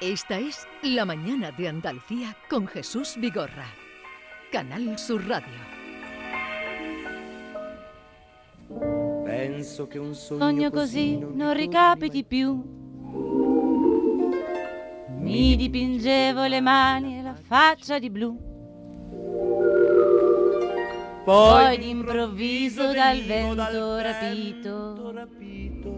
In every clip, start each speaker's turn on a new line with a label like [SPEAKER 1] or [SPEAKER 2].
[SPEAKER 1] Esta es La Mañana de Andalucía con Jesús Vigorra. Canal Sur Radio.
[SPEAKER 2] Penso che un sogno,
[SPEAKER 3] sogno così non ricapiti più. Mi dipingevo le mani e la faccia di blu. Poi d'improvviso dal
[SPEAKER 2] venivo dal
[SPEAKER 3] vento rapito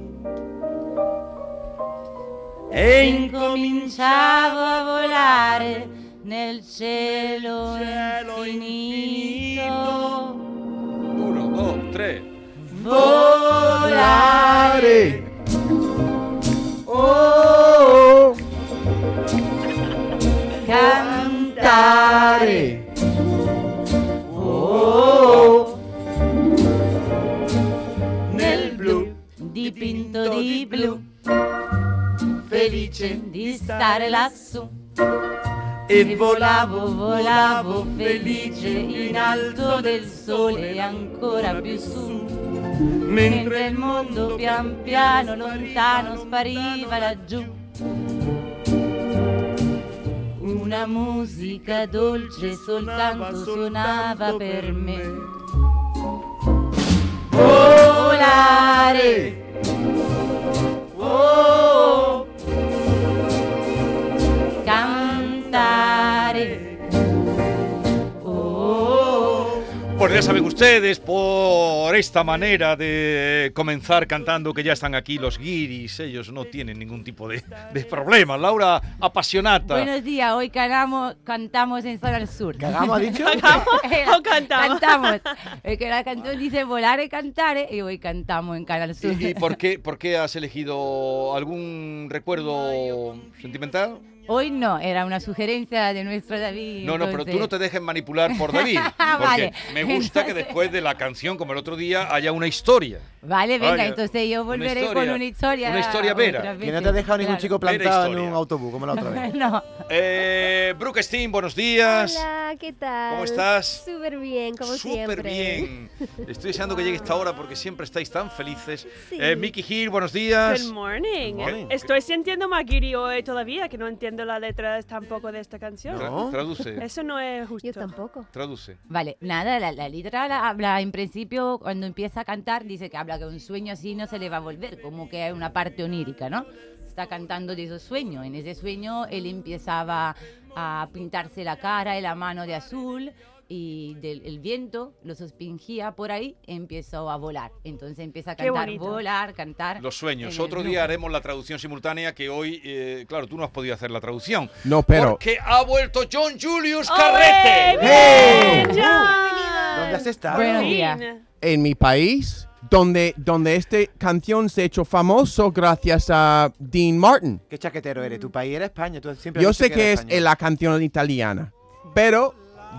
[SPEAKER 2] E
[SPEAKER 3] incominciavo a volare nel cielo infinito.
[SPEAKER 4] Uno, dos, tres.
[SPEAKER 3] Volare.
[SPEAKER 2] Oh,
[SPEAKER 3] Cantare. nel blu, dipinto di blu, felice di stare lassù. E volavo, volavo felice in alto del sole e ancora più su. Mentre il mondo pian piano lontano spariva laggiù. Una musica dolce soltanto suonava per me. Volare! Oh, cantare. Oh,
[SPEAKER 4] Pues ya saben ustedes, por esta manera de comenzar cantando que ya están aquí los guiris, ellos no tienen ningún tipo de, de problema. Laura apasionata.
[SPEAKER 3] Buenos días, hoy canamos, cantamos en Zona del Sur.
[SPEAKER 5] ¿Cagamos ha dicho?
[SPEAKER 3] o cantamos. Cantamos. Es que la canción dice volare, cantare eh, y hoy cantamos en Canal Sur.
[SPEAKER 4] ¿Y, y por, qué, por qué has elegido algún recuerdo sentimental?
[SPEAKER 3] Hoy no, era una sugerencia de nuestro David.
[SPEAKER 4] No, no, pero tú no te
[SPEAKER 3] entonces.
[SPEAKER 4] dejes manipular por David.
[SPEAKER 3] Ah,
[SPEAKER 4] Porque
[SPEAKER 3] vale.
[SPEAKER 4] me gusta que después de la canción, como el otro día, haya una historia.
[SPEAKER 3] Vale, venga,
[SPEAKER 4] Vaya,
[SPEAKER 3] entonces yo
[SPEAKER 4] una
[SPEAKER 3] volveré
[SPEAKER 4] historia,
[SPEAKER 3] con una historia.
[SPEAKER 4] una historia vera.
[SPEAKER 3] otras
[SPEAKER 5] Que no te
[SPEAKER 3] veces,
[SPEAKER 5] ha dejado ningún
[SPEAKER 3] claro.
[SPEAKER 5] chico
[SPEAKER 4] Mera
[SPEAKER 5] plantado en
[SPEAKER 4] historia.
[SPEAKER 5] un autobús, como la otra vez.
[SPEAKER 3] No.
[SPEAKER 4] Eh, Brookstein, buenos días.
[SPEAKER 6] Hola, ¿qué tal?
[SPEAKER 4] ¿Cómo estás?
[SPEAKER 6] Súper bien, como siempre.
[SPEAKER 4] Súper bien. Estoy deseando que llegue esta hora porque siempre estáis tan felices.
[SPEAKER 6] Sí.
[SPEAKER 4] Eh, Mickey Hill, buenos días.
[SPEAKER 7] Good morning.
[SPEAKER 5] Good morning.
[SPEAKER 7] Estoy sintiendo Magiri hoy todavía, que no entiendo las letras tampoco de esta canción.
[SPEAKER 4] Tra-
[SPEAKER 5] No.
[SPEAKER 4] Traduce,
[SPEAKER 7] Eso no es justo.
[SPEAKER 6] Yo tampoco.
[SPEAKER 4] traduce.
[SPEAKER 3] Vale, nada, la, la letra la- habla en principio, cuando empieza a cantar, dice que habla que un sueño así no se le va a volver, como que hay una parte onírica, ¿no? Está cantando de su sueño. En ese sueño él empezaba a pintarse la cara y la mano de azul y del, el viento lo suspingía por ahí empezó a volar. Entonces empieza a
[SPEAKER 7] Qué
[SPEAKER 3] cantar,
[SPEAKER 7] bonito.
[SPEAKER 3] volar, cantar.
[SPEAKER 4] Los sueños.
[SPEAKER 3] en el
[SPEAKER 4] Otro
[SPEAKER 3] blue.
[SPEAKER 4] día haremos la traducción simultánea que hoy, eh, claro, tú no has podido hacer la traducción.
[SPEAKER 8] No, pero
[SPEAKER 4] Porque ha vuelto John Julius
[SPEAKER 3] Oh, eh,
[SPEAKER 7] ¡Olé!
[SPEAKER 4] Carrete.
[SPEAKER 7] ¡Bien,
[SPEAKER 5] ¡Hey!
[SPEAKER 7] John!
[SPEAKER 5] ¿Dónde has estado?
[SPEAKER 3] Bueno,
[SPEAKER 7] Por fin.
[SPEAKER 3] días.
[SPEAKER 8] en mi país, donde, donde esta canción se ha hecho famoso gracias a Dean Martin.
[SPEAKER 5] Qué chaquetero eres. Tu país era España. Tú siempre has
[SPEAKER 8] Mm. Yo
[SPEAKER 5] dicho
[SPEAKER 8] sé
[SPEAKER 5] era
[SPEAKER 8] que es eh,
[SPEAKER 5] español.
[SPEAKER 8] la canción italiana, pero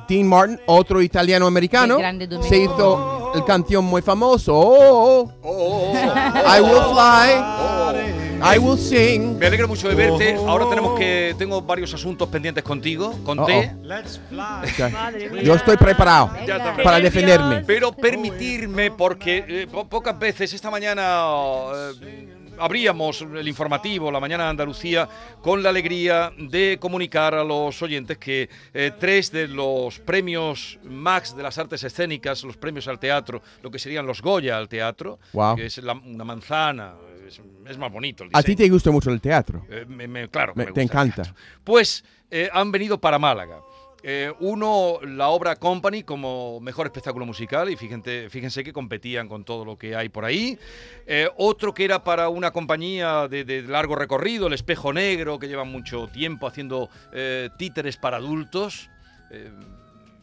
[SPEAKER 8] Dean Martin, otro italiano americano,
[SPEAKER 3] Qué grande Domingo.
[SPEAKER 8] se hizo el canción muy famoso. Oh, oh,
[SPEAKER 4] Oh, oh,
[SPEAKER 8] oh.
[SPEAKER 4] oh,
[SPEAKER 8] I will fly,
[SPEAKER 4] oh.
[SPEAKER 8] I will sing. Oh.
[SPEAKER 4] Me alegro mucho de verte. Ahora tenemos que tengo varios asuntos pendientes contigo, conté,
[SPEAKER 7] Madre mía.
[SPEAKER 8] Yo estoy preparado
[SPEAKER 3] Venga.
[SPEAKER 4] Ya está
[SPEAKER 7] Qué
[SPEAKER 8] para
[SPEAKER 7] nervios.
[SPEAKER 8] defenderme.
[SPEAKER 4] pero permitirme porque eh, po- pocas veces esta mañana eh, abríamos el informativo la mañana de Andalucía con la alegría de comunicar a los oyentes que eh, tres de los premios Max de las artes escénicas, los premios al teatro, lo que serían los Goya al teatro,
[SPEAKER 8] Wow.
[SPEAKER 4] que es la- una manzana, es, es más bonito. El
[SPEAKER 8] A ti
[SPEAKER 4] diseño.
[SPEAKER 8] te gusta mucho el teatro.
[SPEAKER 4] Eh, me- me- claro, que
[SPEAKER 8] Me-
[SPEAKER 4] me
[SPEAKER 8] te
[SPEAKER 4] gusta el
[SPEAKER 8] encanta.
[SPEAKER 4] teatro. Pues eh, han venido para Málaga. Eh, uno, la obra Company como mejor espectáculo musical, y fíjense, fíjense que competían con todo lo que hay por ahí. Eh, otro que era para una compañía de, de largo recorrido, El Espejo Negro, que llevan mucho tiempo haciendo eh, títeres para adultos, eh,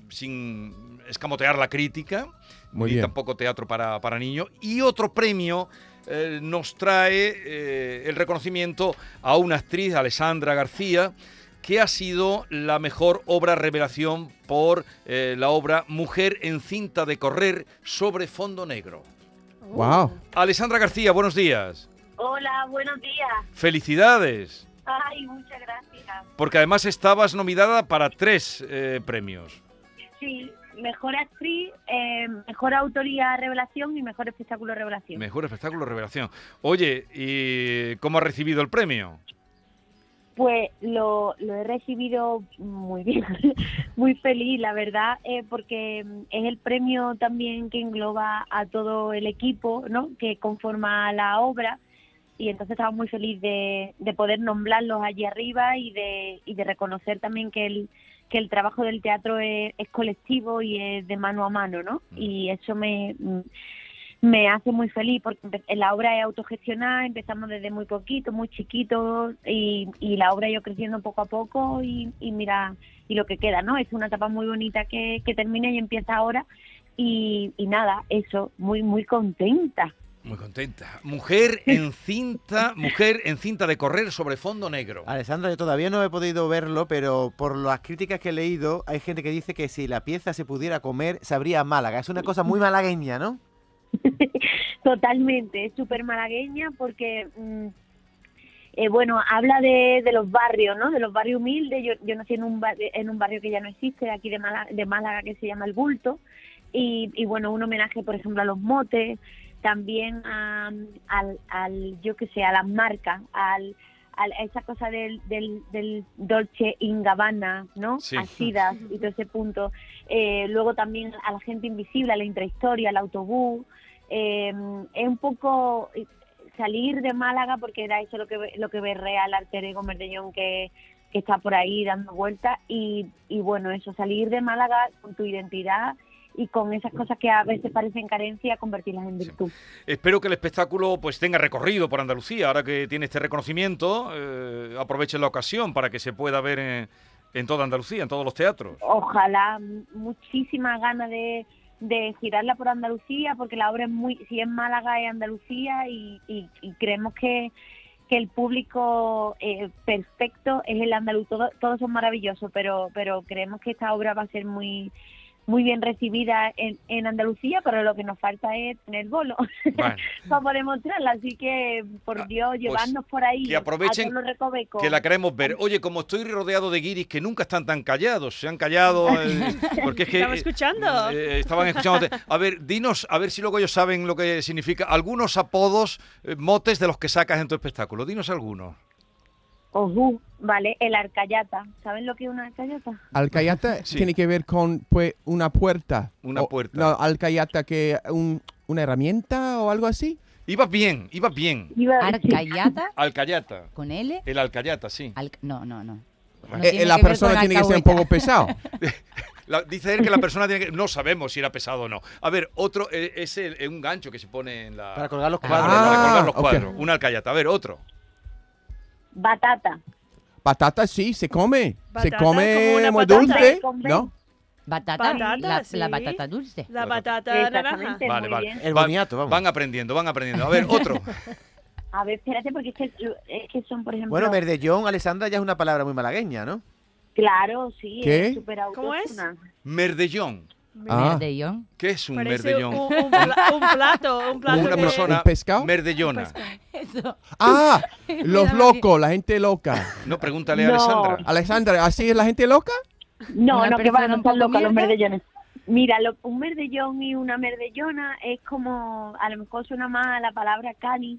[SPEAKER 4] sin escamotear la crítica,
[SPEAKER 8] Muy
[SPEAKER 4] ni
[SPEAKER 8] bien.
[SPEAKER 4] tampoco teatro para, para niños. Y otro premio eh, nos trae eh, el reconocimiento a una actriz, Alessandra García, que ha sido la mejor obra revelación por eh, la obra Mujer en cinta de correr sobre fondo negro.
[SPEAKER 8] Wow.
[SPEAKER 4] Alessandra García, buenos días.
[SPEAKER 9] Hola, buenos días.
[SPEAKER 4] Felicidades,
[SPEAKER 9] Ay, muchas gracias.
[SPEAKER 4] porque además estabas nominada para tres eh, premios.
[SPEAKER 9] Sí, mejor actriz, eh, mejor autoría revelación y mejor espectáculo revelación.
[SPEAKER 4] Mejor espectáculo revelación. Oye, ¿y cómo has recibido el premio?
[SPEAKER 9] Pues lo, lo he recibido muy bien, muy feliz, la verdad, eh, porque mm, es el premio también que engloba a todo el equipo ¿no? que conforma la obra y entonces estaba muy feliz de, de poder nombrarlos allí arriba y de, y de reconocer también que el, que el trabajo del teatro es, es colectivo y es de mano a mano, ¿no? Y eso me, me hace muy feliz porque empe- la obra es autogestionada, empezamos desde muy poquito, muy chiquito y, y la obra ha ido creciendo poco a poco y, y mira, y lo que queda, ¿no? Es una etapa muy bonita que, que termina y empieza ahora y, y nada, eso, muy, muy contenta.
[SPEAKER 4] Muy contenta. Mujer en cinta, mujer en cinta de correr sobre fondo negro.
[SPEAKER 5] Alessandra, yo todavía no he podido verlo, pero por las críticas que he leído, hay gente que dice que si la pieza se pudiera comer, sabría a Málaga. Es una cosa muy malagueña, ¿no?
[SPEAKER 9] Totalmente, es súper malagueña porque, mm, eh, bueno, habla de, de los barrios, ¿no? De los barrios humildes. Yo, yo nací en un, bar- en un barrio que ya no existe, de aquí de Málaga, de Málaga que se llama El Bulto. Y, y, bueno, un homenaje, por ejemplo, a los motes, también a, al, al, yo qué sé, a las marcas, al, al- a esa cosa del, del, del Dolce in Gabbana, ¿no?
[SPEAKER 4] Sí.
[SPEAKER 9] A Sidas y todo ese punto. Eh, luego también a la gente invisible, a la intrahistoria, al autobús eh, es un poco salir de Málaga porque era eso lo que lo que berrea el alter ego Merdeñón que, que está por ahí dando vueltas y, y bueno eso salir de Málaga con tu identidad y con esas cosas que a veces parecen carencia convertirlas en virtud
[SPEAKER 4] Espero que el espectáculo pues tenga recorrido por Andalucía. Ahora que tiene este reconocimiento, eh, aprovechen la ocasión para que se pueda ver en, en toda Andalucía, en todos los teatros.
[SPEAKER 9] ojalá m- muchísimas ganas de, de girarla por Andalucía porque la obra es muy si es Málaga es Andalucía y, y- y creemos que que el público eh, perfecto es el andaluz Todo- todos son maravillosos pero pero creemos que esta obra va a ser muy muy bien recibida en, en Andalucía pero lo que nos falta es tener bolo
[SPEAKER 4] Bueno,
[SPEAKER 9] para poder mostrarla así que por Dios llevarnos por ahí
[SPEAKER 4] Ah, pues, que aprovechen
[SPEAKER 9] a todos los recovecos.
[SPEAKER 4] que la queremos ver. Oye, como estoy rodeado de guiris que nunca están tan callados, se han callado. eh, porque es que,
[SPEAKER 7] Estaba
[SPEAKER 4] eh,
[SPEAKER 7] escuchando.
[SPEAKER 4] eh, estaban escuchándote. A ver, dinos, a ver si luego ellos saben lo que significa. Algunos apodos, eh, motes de los que sacas en tu espectáculo. Dinos algunos.
[SPEAKER 9] Ojú, vale el arcayata saben lo que es una arcayata
[SPEAKER 8] Alcayata
[SPEAKER 4] Sí.
[SPEAKER 8] tiene que ver con pues, una puerta.
[SPEAKER 4] Una
[SPEAKER 8] O-
[SPEAKER 4] puerta.
[SPEAKER 8] No, alcayata que un- una herramienta o algo así.
[SPEAKER 4] Ibas bien, ibas bien.
[SPEAKER 9] Iba a decir-
[SPEAKER 3] Arcayata
[SPEAKER 4] Alcayata.
[SPEAKER 3] con L.
[SPEAKER 4] El Alcayata, sí.
[SPEAKER 3] Al- no, no, no. No
[SPEAKER 8] Eh, eh,
[SPEAKER 3] tiene
[SPEAKER 8] la
[SPEAKER 3] que ver
[SPEAKER 8] persona
[SPEAKER 3] con
[SPEAKER 8] tiene que ser un
[SPEAKER 3] alcahueta.
[SPEAKER 8] poco pesado.
[SPEAKER 4] La- dice él que la persona tiene que... No sabemos si era pesado o no. A ver, otro eh, es el- eh, un gancho que se pone en la...
[SPEAKER 5] Para colgar los
[SPEAKER 4] cuadro,
[SPEAKER 5] cuadros.
[SPEAKER 4] para colgar los
[SPEAKER 8] Ah, ok.
[SPEAKER 4] cuadros. Una alcayata. A ver, otro.
[SPEAKER 9] batata
[SPEAKER 8] Batata sí, se come. se
[SPEAKER 7] Batata como
[SPEAKER 8] come
[SPEAKER 7] una
[SPEAKER 8] muy
[SPEAKER 7] patata.
[SPEAKER 8] dulce.
[SPEAKER 9] Con ve-
[SPEAKER 8] ¿No?
[SPEAKER 3] Batata,
[SPEAKER 7] Batata,
[SPEAKER 3] la,
[SPEAKER 7] sí.
[SPEAKER 3] la batata dulce.
[SPEAKER 7] La
[SPEAKER 4] Batata.
[SPEAKER 7] batata naranja.
[SPEAKER 9] Exactamente,
[SPEAKER 4] Vale,
[SPEAKER 9] muy
[SPEAKER 4] vale.
[SPEAKER 9] bien.
[SPEAKER 5] El
[SPEAKER 4] Va-
[SPEAKER 5] boniato, vamos.
[SPEAKER 4] Van aprendiendo, van aprendiendo. A ver, otro.
[SPEAKER 9] A ver, espérate, porque es que, es que son, por ejemplo...
[SPEAKER 5] Bueno, Merdellón, Alessandra, ya es una palabra muy malagueña, ¿no?
[SPEAKER 9] Claro, sí.
[SPEAKER 8] ¿Qué?
[SPEAKER 9] es súper
[SPEAKER 7] ¿Cómo es?
[SPEAKER 9] autóctona.
[SPEAKER 4] Merdellón.
[SPEAKER 8] Ah.
[SPEAKER 3] Merdellón.
[SPEAKER 4] ¿Qué es un
[SPEAKER 7] Parece un,
[SPEAKER 4] merdellón?
[SPEAKER 7] un pla- un plato, un plato
[SPEAKER 4] una
[SPEAKER 7] que-
[SPEAKER 4] persona
[SPEAKER 8] ¿Un pescado?
[SPEAKER 4] merdellona.
[SPEAKER 3] Eso.
[SPEAKER 8] Ah, los
[SPEAKER 3] Mira,
[SPEAKER 8] locos, la gente loca.
[SPEAKER 4] No, pregúntale a
[SPEAKER 9] No.
[SPEAKER 4] Alessandra.
[SPEAKER 8] Alexandra, ¿así es la gente loca?
[SPEAKER 9] No,
[SPEAKER 8] Ah,
[SPEAKER 3] Una
[SPEAKER 9] no, que van
[SPEAKER 3] persona
[SPEAKER 9] a
[SPEAKER 3] un
[SPEAKER 9] estar
[SPEAKER 3] poco
[SPEAKER 9] locos los
[SPEAKER 3] mierda.
[SPEAKER 9] merdellones. Mira, lo- un merdellón y una merdellona es como... A lo mejor suena más a la palabra cani.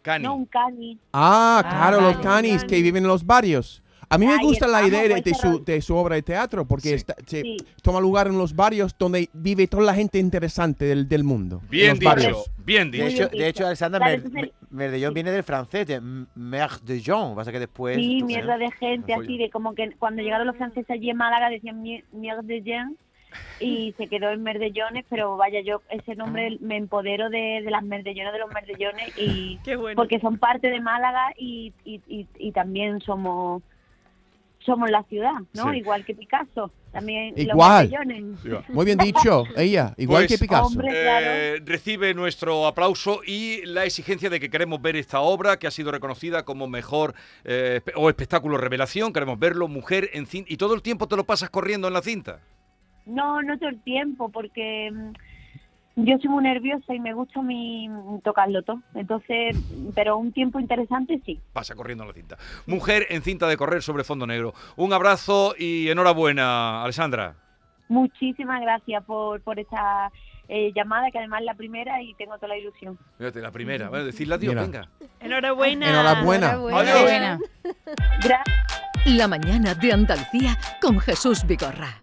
[SPEAKER 4] Cani.
[SPEAKER 9] No, un cani.
[SPEAKER 8] Ah,
[SPEAKER 3] Ah,
[SPEAKER 8] claro, los
[SPEAKER 3] vale,
[SPEAKER 8] canis
[SPEAKER 7] vale.
[SPEAKER 8] que viven en los barrios. A mí me
[SPEAKER 9] Ahí
[SPEAKER 8] gusta la
[SPEAKER 9] estamos,
[SPEAKER 8] idea de, de
[SPEAKER 9] pues,
[SPEAKER 8] su,
[SPEAKER 9] Ferran.
[SPEAKER 8] de su obra de teatro porque
[SPEAKER 4] Sí.
[SPEAKER 8] está- se
[SPEAKER 9] Sí.
[SPEAKER 8] toma lugar en los barrios donde vive toda la gente interesante del, del mundo. en
[SPEAKER 4] Bien
[SPEAKER 8] los
[SPEAKER 4] dicho,
[SPEAKER 8] barrios.
[SPEAKER 4] bien
[SPEAKER 5] De
[SPEAKER 9] Muy
[SPEAKER 4] dicho.
[SPEAKER 5] hecho,
[SPEAKER 9] bien
[SPEAKER 5] de
[SPEAKER 9] dicho.
[SPEAKER 5] hecho Alessandra,
[SPEAKER 9] Vale,
[SPEAKER 5] Mer-
[SPEAKER 9] entonces-
[SPEAKER 5] Mer- Merdellón viene del francés, de M- Merdellón. Pasa que después...
[SPEAKER 9] Sí,
[SPEAKER 5] tú-
[SPEAKER 9] mierda de gente,
[SPEAKER 4] Apoyo.
[SPEAKER 9] así de como que cuando llegaron los franceses allí en Málaga decían "Mier- merdellón y se quedó en merdellones, pero vaya, yo ese nombre me empodero de, de las merdellonas, de los merdellones y...
[SPEAKER 7] Qué bueno.
[SPEAKER 9] porque son parte de Málaga y, y, y, y también somos somos la ciudad, ¿no?
[SPEAKER 4] Sí.
[SPEAKER 9] Igual que Picasso, también los
[SPEAKER 8] Igual.
[SPEAKER 9] pabellones.
[SPEAKER 8] Muy bien dicho, ella, igual
[SPEAKER 4] Pues,
[SPEAKER 8] que Picasso.
[SPEAKER 9] hombre.
[SPEAKER 4] Eh, recibe nuestro aplauso y la exigencia de que queremos ver esta obra que ha sido reconocida como mejor eh, espe- o espectáculo revelación. Queremos verlo, mujer en cinta. Y todo el tiempo te lo pasas corriendo en la cinta.
[SPEAKER 9] No, no todo el tiempo, porque mm, yo soy muy nerviosa y me gusta mi tocarlo todo. Entonces, pero un tiempo interesante sí.
[SPEAKER 4] Pasa corriendo en la cinta. Mujer en cinta de correr sobre fondo negro. Un abrazo y enhorabuena, Alessandra.
[SPEAKER 9] Muchísimas gracias por, por esta eh, llamada, que además es la primera y tengo toda la ilusión.
[SPEAKER 4] Fíjate, la primera. Bueno, decirle adiós,
[SPEAKER 8] Mira.
[SPEAKER 4] venga.
[SPEAKER 7] Enhorabuena.
[SPEAKER 8] Enhorabuena.
[SPEAKER 4] Adiós.
[SPEAKER 3] Enhorabuena.
[SPEAKER 9] Gracias.
[SPEAKER 1] La mañana de Andalucía con Jesús Vigorra.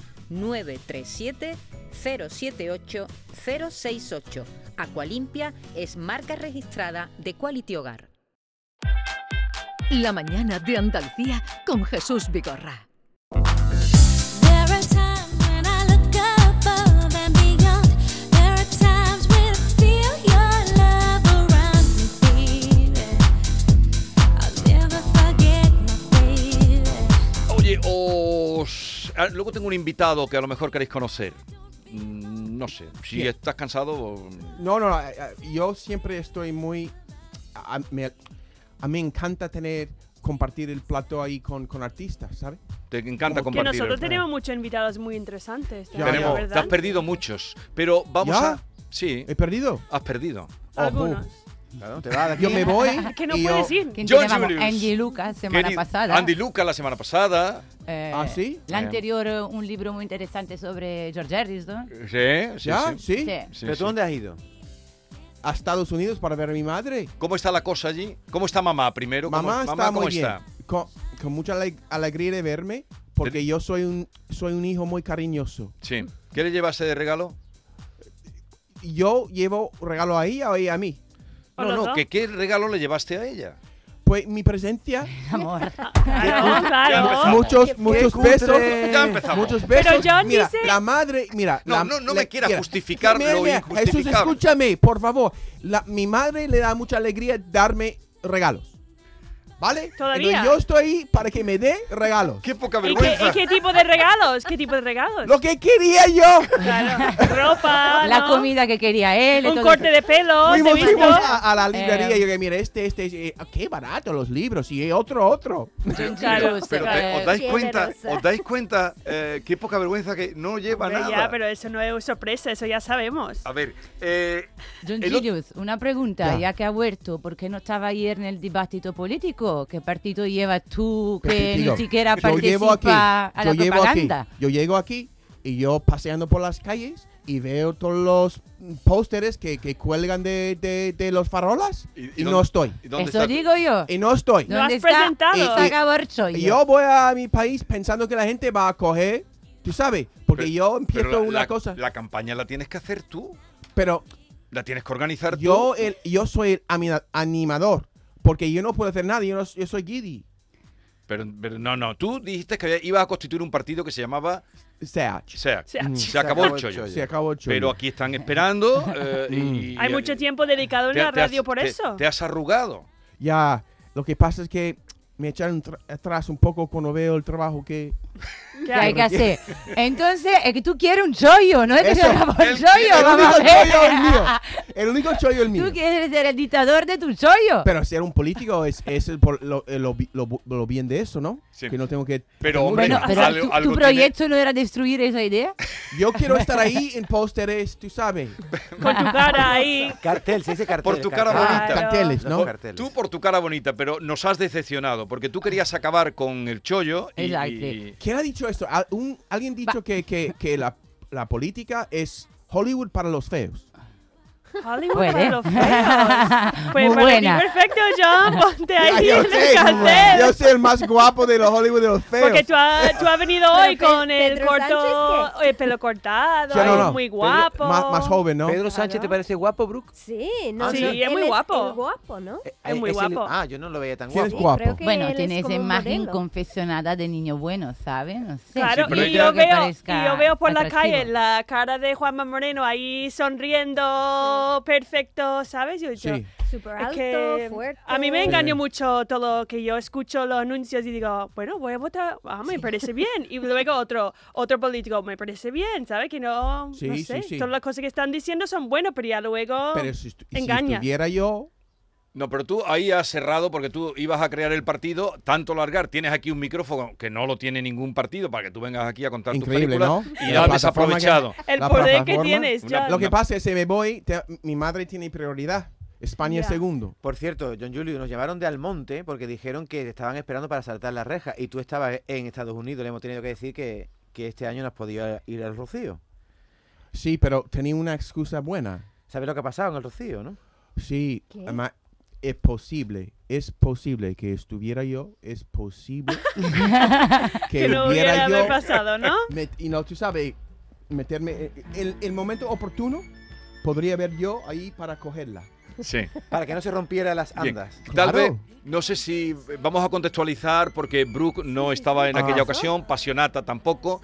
[SPEAKER 10] 937 078 068. Aqualimpia es marca registrada de Quality Hogar.
[SPEAKER 1] La mañana de Andalucía con Jesús Vigorra.
[SPEAKER 4] Oye, os... ah, luego tengo un invitado que a lo mejor queréis conocer. Mm, No sé, si
[SPEAKER 8] Bien.
[SPEAKER 4] estás cansado...
[SPEAKER 8] No, no, a- a- yo siempre estoy muy... A, a- me, a mí me encanta tener, compartir el plato ahí con, con artistas, ¿sabes?
[SPEAKER 4] Te encanta
[SPEAKER 7] Que
[SPEAKER 4] compartir.
[SPEAKER 7] nosotros tenemos muchos invitados muy interesantes.
[SPEAKER 8] Ya,
[SPEAKER 7] también,
[SPEAKER 4] Tenemos- te
[SPEAKER 7] ¿verdad?
[SPEAKER 4] has perdido muchos, pero vamos
[SPEAKER 8] ¿Ya?
[SPEAKER 4] a... Sí,
[SPEAKER 8] ¿He perdido?
[SPEAKER 4] has perdido.
[SPEAKER 7] Algunos.
[SPEAKER 5] Claro, te va de aquí.
[SPEAKER 8] Yo me voy.
[SPEAKER 7] Que no
[SPEAKER 8] y
[SPEAKER 7] puedes
[SPEAKER 8] yo-
[SPEAKER 7] ir.
[SPEAKER 3] ¿Quién
[SPEAKER 4] John
[SPEAKER 3] tenemos?
[SPEAKER 4] Julius.
[SPEAKER 3] Angie Lucas, semana
[SPEAKER 4] Querido-
[SPEAKER 3] pasada.
[SPEAKER 4] Andy Lucas la semana pasada.
[SPEAKER 3] Eh,
[SPEAKER 8] ¿Ah, sí?
[SPEAKER 3] La
[SPEAKER 4] Bien.
[SPEAKER 3] anterior, eh, un libro muy interesante sobre George Harrison.
[SPEAKER 8] Eh.
[SPEAKER 4] Sí, sí,
[SPEAKER 8] ¿Ya?
[SPEAKER 4] sí.
[SPEAKER 8] ¿Sí?
[SPEAKER 3] Sí.
[SPEAKER 4] Sí,
[SPEAKER 5] ¿Pero
[SPEAKER 4] sí.
[SPEAKER 5] tú dónde has ido?
[SPEAKER 8] A Estados Unidos para ver a mi madre.
[SPEAKER 4] ¿Cómo está la cosa allí? ¿Cómo está mamá primero? ¿Cómo-
[SPEAKER 8] Mamá está
[SPEAKER 4] ¿cómo
[SPEAKER 8] muy bien.
[SPEAKER 4] está?
[SPEAKER 8] Con, con mucha ale- alegría de verme, porque yo soy un, soy un hijo muy cariñoso.
[SPEAKER 4] Sí. ¿Qué le llevaste de regalo?
[SPEAKER 8] Yo llevo regalo ahí o ella a mí.
[SPEAKER 7] ¿O
[SPEAKER 4] No,
[SPEAKER 7] los
[SPEAKER 4] no,
[SPEAKER 7] dos?
[SPEAKER 4] que qué regalo le llevaste a ella.
[SPEAKER 8] Pues mi presencia,
[SPEAKER 3] Amor.
[SPEAKER 7] Claro,
[SPEAKER 4] empezamos.
[SPEAKER 7] claro.
[SPEAKER 8] muchos, muchos
[SPEAKER 5] cutre.
[SPEAKER 8] besos.
[SPEAKER 4] Ya empezamos.
[SPEAKER 8] Muchos besos.
[SPEAKER 7] Pero John
[SPEAKER 8] mira,
[SPEAKER 7] dice-
[SPEAKER 8] la madre, mira.
[SPEAKER 4] No,
[SPEAKER 8] la-
[SPEAKER 4] no, no
[SPEAKER 8] la-
[SPEAKER 4] me quiera
[SPEAKER 8] mira,
[SPEAKER 4] justificar
[SPEAKER 8] mira,
[SPEAKER 4] lo
[SPEAKER 8] mira, Jesús,
[SPEAKER 4] injustificable.
[SPEAKER 8] escúchame, por favor. La- mi madre le da mucha alegría darme regalos. ¿Vale?
[SPEAKER 7] Todavía.
[SPEAKER 8] Entonces yo estoy ahí para que me dé regalos.
[SPEAKER 4] Qué poca
[SPEAKER 7] ¿Y qué,
[SPEAKER 4] vergüenza.
[SPEAKER 7] y qué tipo de regalos? ¿Qué tipo de regalos?
[SPEAKER 8] Lo que quería yo.
[SPEAKER 7] Claro. Ropa,
[SPEAKER 3] La
[SPEAKER 7] ¿no?
[SPEAKER 3] comida que quería él. y
[SPEAKER 7] un
[SPEAKER 3] todo
[SPEAKER 7] corte
[SPEAKER 3] eso.
[SPEAKER 7] de pelo, ¿te he
[SPEAKER 8] Fuimos,
[SPEAKER 7] visto?
[SPEAKER 8] fuimos a, a la librería
[SPEAKER 3] Oh, Eh,
[SPEAKER 8] y yo que mira, este, este, eh, qué barato los libros y eh, otro, otro.
[SPEAKER 3] John
[SPEAKER 7] Claro,
[SPEAKER 3] Julius,
[SPEAKER 4] Pero
[SPEAKER 3] eh,
[SPEAKER 4] te- os dais
[SPEAKER 6] Qué
[SPEAKER 4] cuenta,
[SPEAKER 6] generosa.
[SPEAKER 4] os dais cuenta eh, qué poca vergüenza que no lleva
[SPEAKER 7] Hombre,
[SPEAKER 4] nada.
[SPEAKER 7] ya, pero eso no es sorpresa, eso ya sabemos.
[SPEAKER 4] A ver, eh,
[SPEAKER 3] John
[SPEAKER 4] El o-
[SPEAKER 3] Julius, una pregunta,
[SPEAKER 8] Ya.
[SPEAKER 3] ya. que ha vuelto, ¿por qué no estaba ayer en el debate político? ¿Qué partido llevas tú que
[SPEAKER 8] Digo,
[SPEAKER 3] ni siquiera
[SPEAKER 8] yo llevo
[SPEAKER 3] participa
[SPEAKER 8] aquí,
[SPEAKER 3] a
[SPEAKER 8] yo
[SPEAKER 3] la
[SPEAKER 8] llevo aquí,
[SPEAKER 3] propaganda?
[SPEAKER 8] yo llego aquí y yo paseando por las calles y veo todos los mm, pósteres que, que cuelgan de, de- de los farolas
[SPEAKER 4] ¿Y- y
[SPEAKER 8] y,
[SPEAKER 4] dónde-
[SPEAKER 8] no estoy.
[SPEAKER 4] ¿y dónde
[SPEAKER 3] Eso
[SPEAKER 4] está tu-
[SPEAKER 3] digo yo.
[SPEAKER 8] Y no estoy.
[SPEAKER 7] No. has
[SPEAKER 3] ¿Dónde
[SPEAKER 7] presentado.
[SPEAKER 3] está
[SPEAKER 8] Y- y-
[SPEAKER 3] Saca Borchollo?
[SPEAKER 8] Y yo voy a mi país pensando que la gente va a coger, tú sabes, porque
[SPEAKER 4] pero-
[SPEAKER 8] yo
[SPEAKER 4] pero
[SPEAKER 8] empiezo
[SPEAKER 4] la-
[SPEAKER 8] una
[SPEAKER 4] la-
[SPEAKER 8] cosa,
[SPEAKER 4] La campaña la tienes que hacer tú.
[SPEAKER 8] pero
[SPEAKER 4] La tienes que organizar
[SPEAKER 8] yo
[SPEAKER 4] tú.
[SPEAKER 8] el, yo soy el amina- animador, porque yo no puedo hacer nada, yo, no- yo soy giddy.
[SPEAKER 4] Pero, pero no, no, tú dijiste que había- ibas a constituir un partido que se llamaba
[SPEAKER 8] O sea,
[SPEAKER 4] SEAC.
[SPEAKER 7] Se-
[SPEAKER 4] Se acabó el chollo.
[SPEAKER 8] se acabó el Mm. show.
[SPEAKER 4] Pero aquí están esperando. eh, y-
[SPEAKER 7] Hay
[SPEAKER 4] y-
[SPEAKER 7] mucho tiempo dedicado en
[SPEAKER 4] te-
[SPEAKER 7] la
[SPEAKER 4] te has-
[SPEAKER 7] radio por
[SPEAKER 4] te-
[SPEAKER 7] eso.
[SPEAKER 4] Te has arrugado.
[SPEAKER 8] Ya, lo que pasa es que me echaron tr- atrás un poco cuando veo el trabajo que...
[SPEAKER 7] ¿Qué
[SPEAKER 3] que hay que hacer. Entonces, es que tú quieres un chollo, ¿no? Es que yo grabo el chollo, vamos a
[SPEAKER 8] único chollo es mío.
[SPEAKER 3] ver.
[SPEAKER 8] El único chollo es mío.
[SPEAKER 3] Tú quieres ser el dictador de tu chollo.
[SPEAKER 8] Pero ser un político es, es el por- lo, eh, lo bi- lo bu- lo bien de eso, ¿no? Que no tengo que...
[SPEAKER 4] Pero, hombre,
[SPEAKER 3] Bueno, pero
[SPEAKER 4] algo-
[SPEAKER 3] ¿tu-
[SPEAKER 4] algo
[SPEAKER 3] ¿tu
[SPEAKER 4] tiene-
[SPEAKER 3] proyecto no era destruir esa idea?
[SPEAKER 8] Yo quiero estar ahí en pósteres, tú sabes.
[SPEAKER 7] Con tu cara ahí.
[SPEAKER 5] Cartel, se dice cartel.
[SPEAKER 4] Por tu cara
[SPEAKER 8] cartel.
[SPEAKER 4] bonita.
[SPEAKER 8] Ah, carteles, ¿no?
[SPEAKER 4] Por-
[SPEAKER 5] Carteles.
[SPEAKER 4] Tú por tu cara bonita, pero nos has decepcionado, porque tú querías acabar con el chollo y... y-
[SPEAKER 8] ¿Quién ha dicho esto? Al- un- ¿Alguien ha dicho que, que- que la, la política es Hollywood para los feos?
[SPEAKER 7] Hollywood
[SPEAKER 8] Puede.
[SPEAKER 7] para los feos. Pues
[SPEAKER 8] Muy
[SPEAKER 7] para ti
[SPEAKER 8] buena.
[SPEAKER 7] perfecto, John. Ponte ahí
[SPEAKER 8] Yo
[SPEAKER 7] en el
[SPEAKER 8] sé,
[SPEAKER 7] cartel.
[SPEAKER 8] yo soy el más guapo de los Hollywood de los feos.
[SPEAKER 7] Porque tú, ha- tú has venido
[SPEAKER 6] Pero
[SPEAKER 7] hoy
[SPEAKER 6] Pe-
[SPEAKER 7] con el
[SPEAKER 6] Pedro Sánchez,
[SPEAKER 7] corto, el pelo cortado,
[SPEAKER 8] Yo no,
[SPEAKER 7] es
[SPEAKER 8] no.
[SPEAKER 7] muy
[SPEAKER 8] Pedro-
[SPEAKER 7] guapo.
[SPEAKER 8] más, más joven, ¿no?
[SPEAKER 5] ¿Pedro Sánchez te parece guapo, Brooke?
[SPEAKER 6] Sí, no,
[SPEAKER 7] Sí,
[SPEAKER 6] no,
[SPEAKER 7] es
[SPEAKER 6] él
[SPEAKER 7] muy guapo.
[SPEAKER 6] el guapo, ¿no?
[SPEAKER 4] Eh,
[SPEAKER 5] Ay,
[SPEAKER 7] muy
[SPEAKER 5] el-
[SPEAKER 7] guapo.
[SPEAKER 5] ah, yo no lo veía tan
[SPEAKER 8] Sí,
[SPEAKER 5] guapo.
[SPEAKER 8] es guapo.
[SPEAKER 6] creo que
[SPEAKER 3] Bueno,
[SPEAKER 6] él es
[SPEAKER 3] tiene esa
[SPEAKER 6] como un
[SPEAKER 3] imagen
[SPEAKER 6] modelo.
[SPEAKER 3] confesionada de niño bueno, ¿sabes? No sé.
[SPEAKER 7] Claro,
[SPEAKER 4] pero
[SPEAKER 7] y,
[SPEAKER 4] ella-
[SPEAKER 7] yo
[SPEAKER 4] que
[SPEAKER 7] veo,
[SPEAKER 3] parezca
[SPEAKER 7] y yo veo por la
[SPEAKER 3] atractivo.
[SPEAKER 7] calle la cara de Juanma Moreno ahí sonriendo, perfecto, ¿sabes? Yo, yo-
[SPEAKER 8] Sí.
[SPEAKER 6] Súper
[SPEAKER 7] es
[SPEAKER 6] alto,
[SPEAKER 7] que
[SPEAKER 6] fuerte.
[SPEAKER 7] a mí me
[SPEAKER 8] Sí.
[SPEAKER 7] engañó mucho todo lo que yo escucho los anuncios y digo, bueno, voy a votar, ah, me parece bien. Y luego otro otro político, me parece bien, ¿sabes? Que no,
[SPEAKER 8] Sí,
[SPEAKER 7] no
[SPEAKER 8] sí,
[SPEAKER 7] sé,
[SPEAKER 8] sí.
[SPEAKER 7] todas las cosas que están diciendo son buenas, pero ya luego
[SPEAKER 8] Pero si, estu- si
[SPEAKER 7] engaña.
[SPEAKER 8] estuviera yo...
[SPEAKER 4] No, pero tú ahí has cerrado porque tú ibas a crear el partido, tanto largar. Tienes aquí un micrófono que no lo tiene ningún partido para que tú vengas aquí a contar
[SPEAKER 8] Increíble,
[SPEAKER 4] tus películas
[SPEAKER 8] ¿no?
[SPEAKER 4] y
[SPEAKER 8] La
[SPEAKER 4] lo has
[SPEAKER 8] plataforma que-
[SPEAKER 4] desaprovechado.
[SPEAKER 7] El
[SPEAKER 8] la
[SPEAKER 7] poder que
[SPEAKER 8] plataforma.
[SPEAKER 7] tienes,
[SPEAKER 4] Una-
[SPEAKER 7] ya.
[SPEAKER 8] Lo que pasa es que me voy, te- mi madre tiene prioridad. España es
[SPEAKER 7] Ya.
[SPEAKER 8] segundo.
[SPEAKER 5] Por cierto, John Julio, nos llevaron de Almonte porque dijeron que te estaban esperando para saltar la reja y tú estabas en Estados Unidos. Le hemos tenido que decir que, que este año no has podido ir al Rocío.
[SPEAKER 8] Sí, pero tenía una excusa buena.
[SPEAKER 5] ¿Sabes lo que ha pasado en el Rocío, no?
[SPEAKER 8] Sí,
[SPEAKER 6] ¿Qué?
[SPEAKER 8] ama- es posible, es posible que estuviera yo, es posible
[SPEAKER 7] Que no hubiera haber pasado, ¿no?
[SPEAKER 8] me- y no, tú sabes, meterme eh, el, el momento oportuno, podría haber yo ahí para cogerla.
[SPEAKER 4] Sí.
[SPEAKER 5] Para que no se rompiera las
[SPEAKER 4] Bien.
[SPEAKER 5] andas.
[SPEAKER 4] Tal
[SPEAKER 8] Claro.
[SPEAKER 4] vez, no sé si vamos a contextualizar porque Brooke no estaba en
[SPEAKER 8] Ah.
[SPEAKER 4] aquella ocasión, Pasionata tampoco,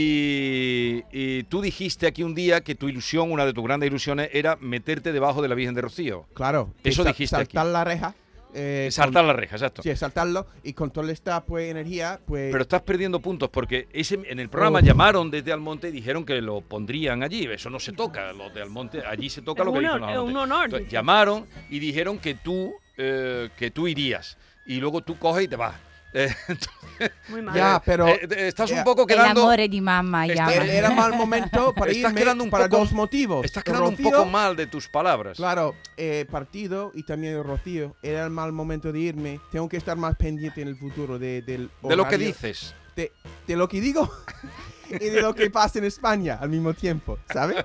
[SPEAKER 4] y, y tú dijiste aquí un día que tu ilusión, una de tus grandes ilusiones, era meterte debajo de la Virgen de Rocío.
[SPEAKER 8] Claro.
[SPEAKER 4] Eso
[SPEAKER 8] sa-
[SPEAKER 4] dijiste aquí.
[SPEAKER 8] Saltar la reja. eh,
[SPEAKER 4] Saltar
[SPEAKER 8] con-
[SPEAKER 4] la reja, exacto.
[SPEAKER 8] Sí, saltarlo y con toda esta pues, energía, pues...
[SPEAKER 4] Pero estás perdiendo puntos porque ese, en el programa
[SPEAKER 8] Uf.
[SPEAKER 4] llamaron desde Almonte y dijeron que lo pondrían allí. Eso no se toca, los de Almonte. Allí se toca
[SPEAKER 7] Es
[SPEAKER 4] lo que
[SPEAKER 7] un hon-
[SPEAKER 4] dicen los
[SPEAKER 7] es un
[SPEAKER 4] Almonte.
[SPEAKER 7] honor,
[SPEAKER 4] Entonces,
[SPEAKER 7] dice.
[SPEAKER 4] llamaron y dijeron que tú, eh, que tú irías. Y luego tú coges y te vas. Eh, entonces,
[SPEAKER 7] Muy mal.
[SPEAKER 8] ya,
[SPEAKER 4] eh,
[SPEAKER 8] pero...
[SPEAKER 4] eh, eh, estás
[SPEAKER 8] eh,
[SPEAKER 4] un poco
[SPEAKER 3] El
[SPEAKER 4] quedando.
[SPEAKER 3] amor de mi mamá
[SPEAKER 4] Está-
[SPEAKER 3] llama.
[SPEAKER 8] Era- Era mal momento para
[SPEAKER 4] Estás
[SPEAKER 8] irme
[SPEAKER 4] quedando un
[SPEAKER 8] para
[SPEAKER 4] poco-
[SPEAKER 8] dos motivos.
[SPEAKER 4] Estás quedando un
[SPEAKER 8] Rocío,
[SPEAKER 4] poco mal de tus palabras.
[SPEAKER 8] Claro, eh, partido y también Rocío. Era el mal momento de irme. Tengo que estar más pendiente en el futuro de, del
[SPEAKER 4] De lo que
[SPEAKER 8] horario-
[SPEAKER 4] dices.
[SPEAKER 8] De, de lo que digo y de lo que pasa en España al mismo tiempo, ¿sabes?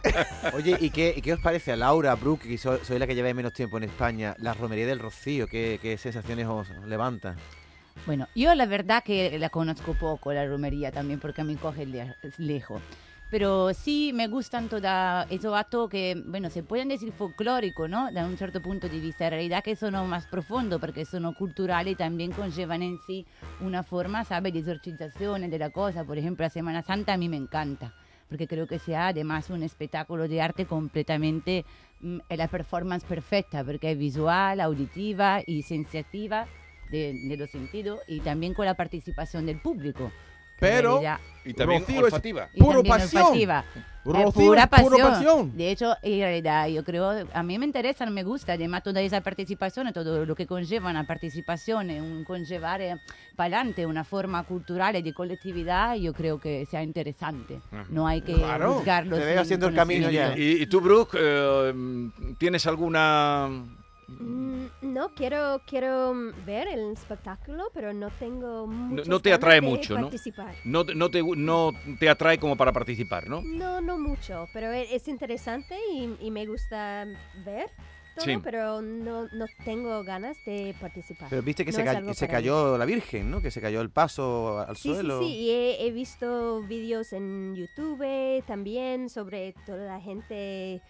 [SPEAKER 5] Oye, ¿y qué, y qué os parece a Laura, Brooke, que so- soy, la que lleváis menos tiempo en España, la romería del Rocío? ¿Qué, qué sensaciones os levanta?
[SPEAKER 3] Bueno, yo la verdad que la conozco poco, la romería también, porque a mí coge le- lejos. Pero sí me gustan todos esos actos que, bueno, se pueden decir folclórico, ¿no? De un cierto punto de vista, en realidad que son más profundos, porque son culturales y también conllevan en sí una forma, ¿sabes?, de exorcización de la cosa. Por ejemplo, la Semana Santa a mí me encanta, porque creo que sea además un espectáculo de arte completamente, mm, es la performance perfecta, porque es visual, auditiva y sensitiva de, de los sentidos y también con la participación del público. que en
[SPEAKER 8] Pero
[SPEAKER 3] realidad-
[SPEAKER 4] Y también
[SPEAKER 8] Rocío es-
[SPEAKER 4] olfativa.
[SPEAKER 3] y
[SPEAKER 8] Puro
[SPEAKER 3] también
[SPEAKER 8] pasión.
[SPEAKER 3] olfativa. Es
[SPEAKER 8] Rocío,
[SPEAKER 3] pura
[SPEAKER 8] es puro
[SPEAKER 3] pasión.
[SPEAKER 8] pasión.
[SPEAKER 3] De hecho, en realidad, yo creo, a mí me interesa, me gusta, además toda esa participación, todo lo que conlleva una participación, eh, un conllevar para adelante una forma cultural y de colectividad, yo creo que sea interesante.
[SPEAKER 4] Ajá.
[SPEAKER 3] No hay que
[SPEAKER 8] Claro.
[SPEAKER 3] juzgarlo
[SPEAKER 5] Te
[SPEAKER 3] sin
[SPEAKER 5] veo haciendo el camino
[SPEAKER 3] conocimiento.
[SPEAKER 4] ¿Y, y tú, Brooke, eh, tienes alguna.
[SPEAKER 6] Mm, No, quiero, quiero mm, ver el espectáculo, pero no tengo muchas
[SPEAKER 4] no te
[SPEAKER 6] ganas
[SPEAKER 4] atrae
[SPEAKER 6] de
[SPEAKER 4] mucho, ¿no?
[SPEAKER 6] participar.
[SPEAKER 4] No, te- no, te, no te atrae como para participar, ¿no?
[SPEAKER 6] No, no mucho, pero e- es interesante y, y me gusta ver todo,
[SPEAKER 4] Sí.
[SPEAKER 6] pero no, no tengo ganas de participar.
[SPEAKER 5] Pero viste que
[SPEAKER 6] No
[SPEAKER 5] se,
[SPEAKER 6] es
[SPEAKER 5] ca-
[SPEAKER 6] algo
[SPEAKER 5] se
[SPEAKER 6] para mí.
[SPEAKER 5] cayó la Virgen, ¿no? Que se cayó el paso al
[SPEAKER 6] Sí, sí,
[SPEAKER 5] suelo.
[SPEAKER 6] sí, y he, he visto vídeos en YouTube también sobre toda la gente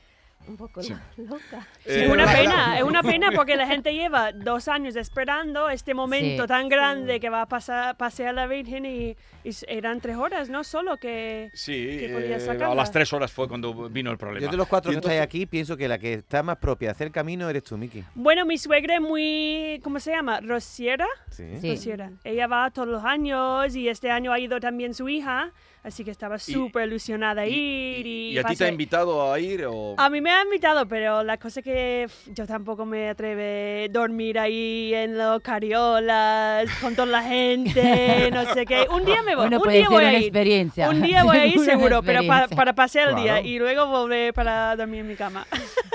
[SPEAKER 6] un poco
[SPEAKER 4] Sí.
[SPEAKER 6] lo- loca.
[SPEAKER 5] Eh,
[SPEAKER 7] Es una pena, es una pena porque la gente lleva dos años esperando este momento
[SPEAKER 3] Sí.
[SPEAKER 7] tan grande que va a pasar, pasear la Virgen y, y s- eran tres horas, ¿no? Solo que...
[SPEAKER 4] Sí,
[SPEAKER 7] que podía
[SPEAKER 4] eh, a
[SPEAKER 7] sacarla.
[SPEAKER 4] las tres horas fue cuando vino el problema.
[SPEAKER 5] Yo de los cuatro
[SPEAKER 4] Y
[SPEAKER 5] que
[SPEAKER 4] entonces-
[SPEAKER 5] estáis aquí pienso que la que está más propia de hacer camino eres tú, Miki.
[SPEAKER 7] Bueno, mi suegra es muy, ¿cómo se llama? Rosiera.
[SPEAKER 5] Sí.
[SPEAKER 3] Sí.
[SPEAKER 7] Rosiera. Ella va todos los años y este año ha ido también su hija, así que estaba súper ilusionada a ir. Y,
[SPEAKER 4] ¿Y a ti te
[SPEAKER 7] pase-
[SPEAKER 4] ha invitado a ir? O...
[SPEAKER 7] A mí me han invitado, pero la cosa es que pf, yo tampoco me atreve a dormir ahí en los cariolas, con toda la gente, no sé qué. Un día me voy,
[SPEAKER 3] Bueno,
[SPEAKER 7] un
[SPEAKER 3] puede
[SPEAKER 7] día
[SPEAKER 3] ser
[SPEAKER 7] voy
[SPEAKER 3] una
[SPEAKER 7] a ir.
[SPEAKER 3] experiencia.
[SPEAKER 7] Un día voy a ir
[SPEAKER 3] Una
[SPEAKER 7] seguro, pero pa-
[SPEAKER 3] experiencia.
[SPEAKER 7] para pasear el día
[SPEAKER 4] Claro.
[SPEAKER 7] y luego volver para dormir en mi cama.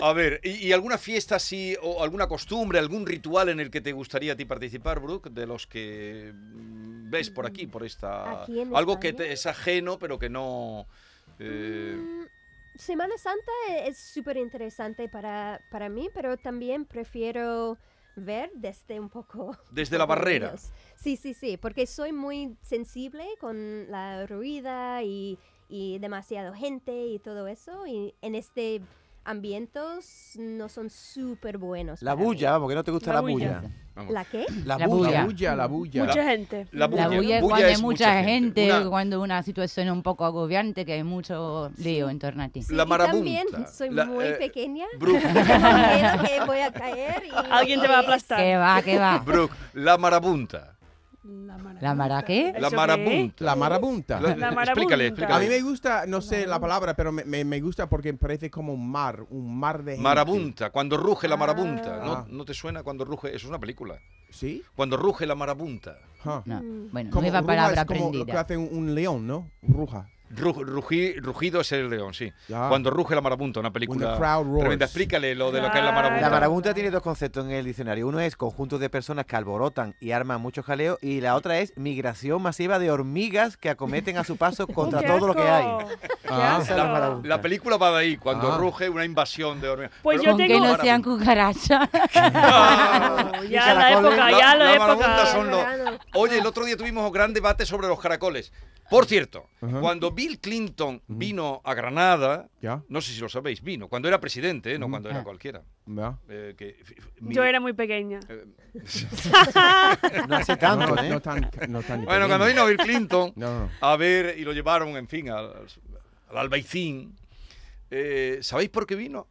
[SPEAKER 4] A ver, ¿y, y alguna fiesta así, o alguna costumbre, algún ritual en el que te gustaría a ti participar, Brooke, de los que mm, ves por aquí, por esta...
[SPEAKER 6] Aquí en
[SPEAKER 4] Algo que
[SPEAKER 6] España. Mm.
[SPEAKER 4] te es ajeno, pero que no... eh,
[SPEAKER 6] Semana Santa e- es súper interesante para, para mí, pero también prefiero ver desde un poco...
[SPEAKER 4] Desde la barrera.
[SPEAKER 6] lejos. Sí, sí, sí, porque soy muy sensible con la ruida y, y demasiado gente y todo eso, y en este ambientos no son súper buenos.
[SPEAKER 5] La
[SPEAKER 6] para mí.
[SPEAKER 5] bulla, vamos, que no te gusta la,
[SPEAKER 6] La
[SPEAKER 5] bulla.
[SPEAKER 6] bulla.
[SPEAKER 4] vamos.
[SPEAKER 6] ¿La qué?
[SPEAKER 5] La,
[SPEAKER 3] La
[SPEAKER 5] bulla.
[SPEAKER 3] bulla.
[SPEAKER 8] la bulla.
[SPEAKER 7] Mucha gente.
[SPEAKER 4] La
[SPEAKER 3] La
[SPEAKER 4] bulla.
[SPEAKER 3] bulla es
[SPEAKER 4] Bulla
[SPEAKER 3] cuando hay
[SPEAKER 4] es
[SPEAKER 3] mucha
[SPEAKER 4] mucha gente.
[SPEAKER 3] gente,
[SPEAKER 4] Una-
[SPEAKER 3] cuando una situación un poco agobiante, que hay mucho lío en torno a ti.
[SPEAKER 6] Sí,
[SPEAKER 4] La
[SPEAKER 6] y
[SPEAKER 4] marabunta,
[SPEAKER 6] También soy
[SPEAKER 4] la,
[SPEAKER 6] muy
[SPEAKER 4] eh,
[SPEAKER 6] pequeña.
[SPEAKER 4] Brooke.
[SPEAKER 6] Tengo miedo que voy a caer y...
[SPEAKER 7] Alguien te va a aplastar.
[SPEAKER 3] Que va, que va.
[SPEAKER 4] Brooke, la marabunta.
[SPEAKER 3] ¿La mara qué?
[SPEAKER 4] La
[SPEAKER 7] ¿Eso qué?
[SPEAKER 4] marabunta.
[SPEAKER 8] La marabunta.
[SPEAKER 7] La
[SPEAKER 4] La- explícale,
[SPEAKER 7] marabunta.
[SPEAKER 4] explícale.
[SPEAKER 8] A mí me gusta, no sé la palabra, pero me, me- me gusta porque parece como un mar, un mar de gente.
[SPEAKER 4] Marabunta, cuando ruge la marabunta. ¿No,
[SPEAKER 8] Eh, Ah.
[SPEAKER 4] ¿No te suena cuando ruge? Eso es una película.
[SPEAKER 8] ¿Sí?
[SPEAKER 4] Cuando ruge la marabunta.
[SPEAKER 8] Huh.
[SPEAKER 3] No,
[SPEAKER 6] Mm.
[SPEAKER 3] bueno,
[SPEAKER 8] Como
[SPEAKER 3] nueva
[SPEAKER 8] ruja
[SPEAKER 3] palabra
[SPEAKER 8] es como lo que
[SPEAKER 3] aprendida.
[SPEAKER 8] hace un, un león, ¿no? Ruja.
[SPEAKER 4] Ru- rugi- rugido es el león, sí.
[SPEAKER 8] Ya.
[SPEAKER 4] Cuando ruge la marabunta, una película
[SPEAKER 8] When the crowd roars.
[SPEAKER 4] tremenda. Explícale lo de lo que es la marabunta.
[SPEAKER 5] La marabunta tiene dos conceptos en el diccionario. Uno es conjunto de personas que alborotan y arman mucho jaleo y la otra es migración masiva de hormigas que acometen a su paso contra
[SPEAKER 7] ¡Qué
[SPEAKER 5] todo lo que hay.
[SPEAKER 7] asco! ¡Qué
[SPEAKER 8] Ah.
[SPEAKER 5] Esa es la
[SPEAKER 7] asco!
[SPEAKER 5] marabunta.
[SPEAKER 4] La película va de ahí, cuando
[SPEAKER 8] Ah.
[SPEAKER 4] ruge una invasión de hormigas.
[SPEAKER 7] Pues
[SPEAKER 4] Pero
[SPEAKER 7] yo
[SPEAKER 3] Con
[SPEAKER 4] con
[SPEAKER 3] que
[SPEAKER 7] tengo-
[SPEAKER 3] no
[SPEAKER 4] marabunta.
[SPEAKER 3] sean cucarachas.
[SPEAKER 7] Ya la
[SPEAKER 5] caracoles.
[SPEAKER 7] época, ya la,
[SPEAKER 4] la
[SPEAKER 7] época.
[SPEAKER 4] marabunta son los... Oye, el otro día tuvimos un gran debate sobre los caracoles. Por cierto,
[SPEAKER 8] Ajá.
[SPEAKER 4] cuando Bill Clinton vino a Granada,
[SPEAKER 8] Ya.
[SPEAKER 4] no sé si lo sabéis, vino cuando era presidente, eh, no cuando era
[SPEAKER 3] Ah.
[SPEAKER 4] cualquiera.
[SPEAKER 8] Ya.
[SPEAKER 4] Eh, que- f- f- mi-
[SPEAKER 7] Yo era muy pequeña.
[SPEAKER 4] eh,
[SPEAKER 5] No hace
[SPEAKER 8] no,
[SPEAKER 5] tanto,
[SPEAKER 8] no,
[SPEAKER 5] ¿eh?
[SPEAKER 8] no tan, no tan
[SPEAKER 4] bueno, cuando
[SPEAKER 8] pequeño.
[SPEAKER 4] vino Bill Clinton
[SPEAKER 8] No, no, no.
[SPEAKER 4] a ver y lo llevaron, en fin, al, al albaicín. eh, ¿Sabéis por qué vino?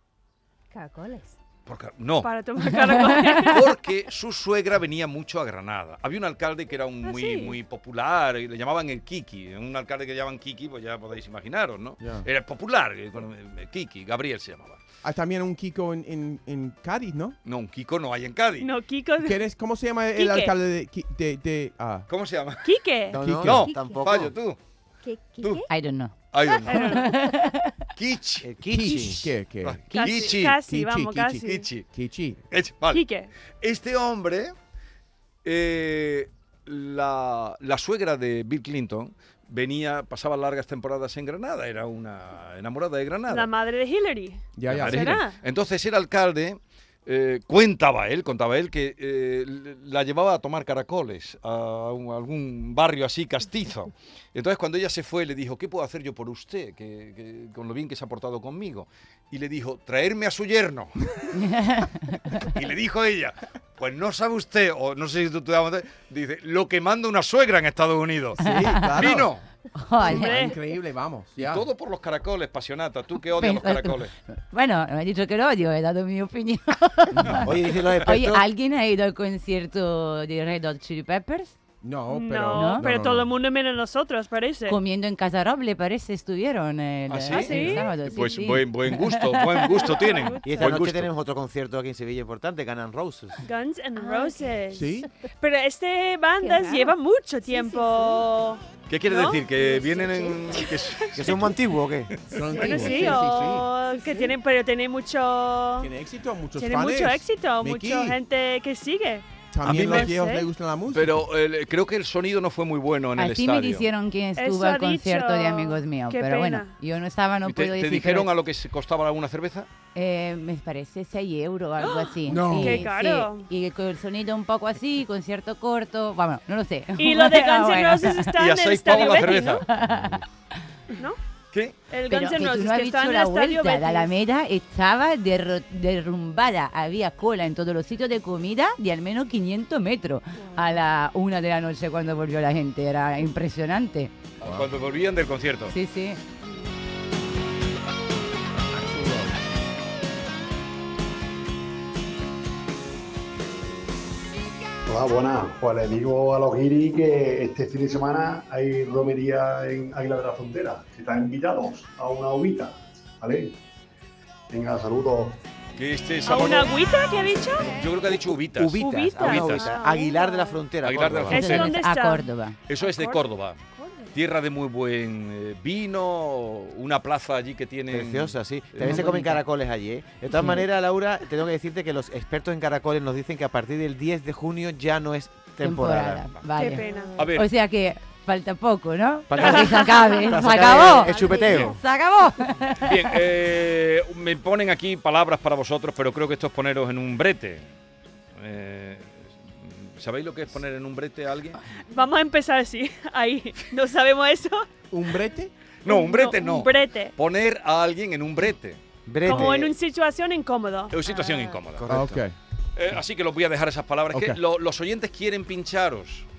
[SPEAKER 6] Caracoles.
[SPEAKER 4] Porque, no,
[SPEAKER 7] Para tomar caracoles.
[SPEAKER 4] porque su suegra venía mucho a Granada. Había un alcalde que era un
[SPEAKER 7] Ah,
[SPEAKER 4] muy,
[SPEAKER 7] sí.
[SPEAKER 4] muy popular, y le llamaban el Kiki. Un alcalde que le llamaban Kiki, pues ya podéis imaginaros, ¿no?
[SPEAKER 8] Ya.
[SPEAKER 4] Era popular, eh, con- eh, Kiki, Gabriel se llamaba.
[SPEAKER 8] Hay Ah, también un Kiko en, en, en Cádiz, ¿no?
[SPEAKER 4] No, un Kiko no hay en Cádiz.
[SPEAKER 7] No, Kiko.
[SPEAKER 8] ¿Quién es- ¿Cómo se llama el
[SPEAKER 7] Quique.
[SPEAKER 8] alcalde de... Qui- de, de- ah,
[SPEAKER 4] ¿Cómo se llama?
[SPEAKER 7] Quique.
[SPEAKER 5] No,
[SPEAKER 8] Quique.
[SPEAKER 4] No,
[SPEAKER 5] tampoco.
[SPEAKER 4] Fallo tú.
[SPEAKER 6] ¿Qué, qué,
[SPEAKER 4] Tú.
[SPEAKER 6] qué?
[SPEAKER 3] I don't know.
[SPEAKER 4] Ay,
[SPEAKER 7] Eh,
[SPEAKER 4] Dios mío. Kichi.
[SPEAKER 5] El kichi.
[SPEAKER 8] Quique, Quique.
[SPEAKER 4] Ah,
[SPEAKER 7] Casi,
[SPEAKER 4] Kichi.
[SPEAKER 7] casi,
[SPEAKER 8] Kichi, Kichi,
[SPEAKER 7] vamos, casi.
[SPEAKER 4] Kichi.
[SPEAKER 8] Kichi.
[SPEAKER 4] Eh, vale.
[SPEAKER 7] Quique.
[SPEAKER 4] Este hombre, eh, la, la suegra de Bill Clinton, venía, pasaba largas temporadas en Granada, era una enamorada de Granada.
[SPEAKER 7] La madre de Hillary.
[SPEAKER 8] Ya, ya.
[SPEAKER 4] Madre
[SPEAKER 7] ¿Será?
[SPEAKER 4] mía. Entonces el alcalde eh, cuentaba él, contaba él que eh, l- la llevaba a tomar caracoles a, un- a algún barrio así castizo. Entonces cuando ella se fue le dijo, ¿qué puedo hacer yo por usted? Que, que- con lo bien que se ha portado conmigo. Y le dijo, traerme a su yerno. y le dijo ella, pues no sabe usted, o no sé si tú te das cuenta", dice, lo que manda una suegra en Estados Unidos.
[SPEAKER 8] Sí, claro.
[SPEAKER 4] Vino.
[SPEAKER 3] Joder.
[SPEAKER 7] Hombre.
[SPEAKER 8] Increíble, vamos.
[SPEAKER 4] Y
[SPEAKER 8] ya.
[SPEAKER 4] todo por los caracoles, pasionata. Tú que odias los
[SPEAKER 3] Pensa tú.
[SPEAKER 4] caracoles.
[SPEAKER 3] Bueno, no he dicho que lo odio, he dado mi opinión.
[SPEAKER 5] Oye, dicen los
[SPEAKER 3] Oye,
[SPEAKER 5] expertos.
[SPEAKER 3] ¿alguien ha ido al concierto de Red Hot Chili Peppers?
[SPEAKER 8] No, pero...
[SPEAKER 7] No,
[SPEAKER 3] ¿No?
[SPEAKER 7] pero
[SPEAKER 8] no,
[SPEAKER 7] todo
[SPEAKER 8] no.
[SPEAKER 7] el mundo menos nosotros, parece.
[SPEAKER 3] Comiendo en Casa Roble, parece, estuvieron eh, el,
[SPEAKER 4] ¿Ah, sí?
[SPEAKER 3] el
[SPEAKER 4] ¿Ah, sí?
[SPEAKER 3] sábado. sí,
[SPEAKER 4] Pues
[SPEAKER 3] sí.
[SPEAKER 4] Buen, buen gusto, buen gusto tienen.
[SPEAKER 5] Y esta
[SPEAKER 4] Buen
[SPEAKER 5] noche
[SPEAKER 4] gusto.
[SPEAKER 5] tenemos otro concierto aquí en Sevilla importante, Ganan Roses.
[SPEAKER 7] Guns N'
[SPEAKER 6] ok.
[SPEAKER 7] Roses.
[SPEAKER 8] ¿Sí?
[SPEAKER 7] Pero este bandas
[SPEAKER 6] raro.
[SPEAKER 7] lleva mucho tiempo.
[SPEAKER 4] ¿Qué quiere
[SPEAKER 7] ¿No?
[SPEAKER 4] decir? ¿Que vienen en.? que s-
[SPEAKER 5] ¿Que son muy antiguos o qué?
[SPEAKER 7] Bueno, sí,
[SPEAKER 8] sí,
[SPEAKER 7] o que tienen, pero tiene mucho.
[SPEAKER 8] Tiene éxito, muchos
[SPEAKER 7] Tiene
[SPEAKER 8] fans.
[SPEAKER 7] mucho éxito,
[SPEAKER 8] Miki.
[SPEAKER 7] mucha gente que sigue.
[SPEAKER 8] También
[SPEAKER 4] A mí
[SPEAKER 8] los
[SPEAKER 4] me-
[SPEAKER 8] viejos
[SPEAKER 7] Sí.
[SPEAKER 8] le gustan la música.
[SPEAKER 4] Pero el- creo que el sonido no fue muy bueno en el
[SPEAKER 3] Así me
[SPEAKER 4] estadio.
[SPEAKER 3] dijeron quien
[SPEAKER 7] Eso
[SPEAKER 3] estuvo
[SPEAKER 7] ha
[SPEAKER 3] al concierto de
[SPEAKER 7] dicho.
[SPEAKER 3] amigos míos.
[SPEAKER 7] Qué
[SPEAKER 3] pero bueno,
[SPEAKER 7] pena.
[SPEAKER 3] yo no estaba, no
[SPEAKER 4] ¿Y
[SPEAKER 3] puedo
[SPEAKER 4] ¿Te, te
[SPEAKER 3] decir.
[SPEAKER 4] dijeron
[SPEAKER 3] pero-
[SPEAKER 4] a lo que se costaba una cerveza?
[SPEAKER 3] Eh, me parece 6 euros, algo así.
[SPEAKER 8] No.
[SPEAKER 3] Sí,
[SPEAKER 7] ¡Ah! Qué
[SPEAKER 3] sí.
[SPEAKER 7] caro.
[SPEAKER 3] Y con el sonido un poco así, concierto corto, vamos, no lo sé.
[SPEAKER 7] Y lo de Guns N'
[SPEAKER 3] Ah, Bueno.
[SPEAKER 7] Roses está
[SPEAKER 4] y
[SPEAKER 7] en
[SPEAKER 4] a
[SPEAKER 7] el
[SPEAKER 4] seis pavos
[SPEAKER 7] Estadio
[SPEAKER 4] la
[SPEAKER 7] Betty, ¿no?
[SPEAKER 4] cerveza.
[SPEAKER 7] ¿no?
[SPEAKER 4] ¿Qué?
[SPEAKER 7] El
[SPEAKER 3] Pero
[SPEAKER 7] Guns N'
[SPEAKER 3] que tú
[SPEAKER 7] Roses,
[SPEAKER 3] no has
[SPEAKER 7] que está
[SPEAKER 3] visto
[SPEAKER 7] en el
[SPEAKER 3] la
[SPEAKER 7] Estadio
[SPEAKER 3] vuelta. La
[SPEAKER 7] Betis.
[SPEAKER 3] Alameda estaba derro- derrumbada. Había cola en todos los sitios de comida de al menos 500 metros a la una de la noche cuando volvió la gente. Era impresionante.
[SPEAKER 4] Cuando volvían del concierto.
[SPEAKER 3] Sí, sí.
[SPEAKER 11] Hola, buenas. Pues les digo a los guiris que este fin de semana hay romería en Águila de la Frontera. que Están invitados a una ovita, ¿vale? Venga, saludos.
[SPEAKER 4] Que este
[SPEAKER 7] ¿A
[SPEAKER 4] sábado-
[SPEAKER 7] una agüita que ha dicho?
[SPEAKER 4] Yo creo que ha dicho ubitas.
[SPEAKER 7] Ubitas, Ubitas. ah, ubitas.
[SPEAKER 5] Aguilar de la Frontera.
[SPEAKER 4] Aguilar de la
[SPEAKER 5] Córdoba. ¿Eso
[SPEAKER 4] Frontera.
[SPEAKER 5] dónde A está? Córdoba.
[SPEAKER 4] Eso es de
[SPEAKER 5] Cór-
[SPEAKER 4] Córdoba. Tierra de muy buen eh, vino, una plaza allí que tiene...
[SPEAKER 5] Preciosa, sí. También se comen caracoles allí, ¿eh? De todas
[SPEAKER 4] Sí.
[SPEAKER 5] maneras, Laura, tengo que decirte que los expertos en caracoles nos dicen que a partir del 10 de junio ya no es temporada.
[SPEAKER 3] Temporada. Vale.
[SPEAKER 4] A ver.
[SPEAKER 3] O sea que falta poco, ¿no?
[SPEAKER 5] Falta-
[SPEAKER 3] Para que se acabe.
[SPEAKER 5] Para
[SPEAKER 3] Se
[SPEAKER 5] sacar
[SPEAKER 3] acabó.
[SPEAKER 5] el- el chupeteo.
[SPEAKER 3] Se acabó.
[SPEAKER 4] Bien, eh, me ponen aquí palabras para vosotros, pero creo que esto es poneros en un brete. Eh, ¿Sabéis lo que es poner en un brete a alguien?
[SPEAKER 7] Vamos a empezar así, ahí. ¿No sabemos eso?
[SPEAKER 8] ¿Un brete?
[SPEAKER 4] No, un brete
[SPEAKER 7] un
[SPEAKER 4] no.
[SPEAKER 7] brete.
[SPEAKER 4] Poner a alguien en un brete. Brete.
[SPEAKER 7] Como en una situación incómoda.
[SPEAKER 4] Es una situación incómoda.
[SPEAKER 8] Correcto. Ah, ok.
[SPEAKER 4] Eh, así que los voy a dejar esas palabras. que
[SPEAKER 8] Ok.
[SPEAKER 4] lo- los oyentes quieren pincharos.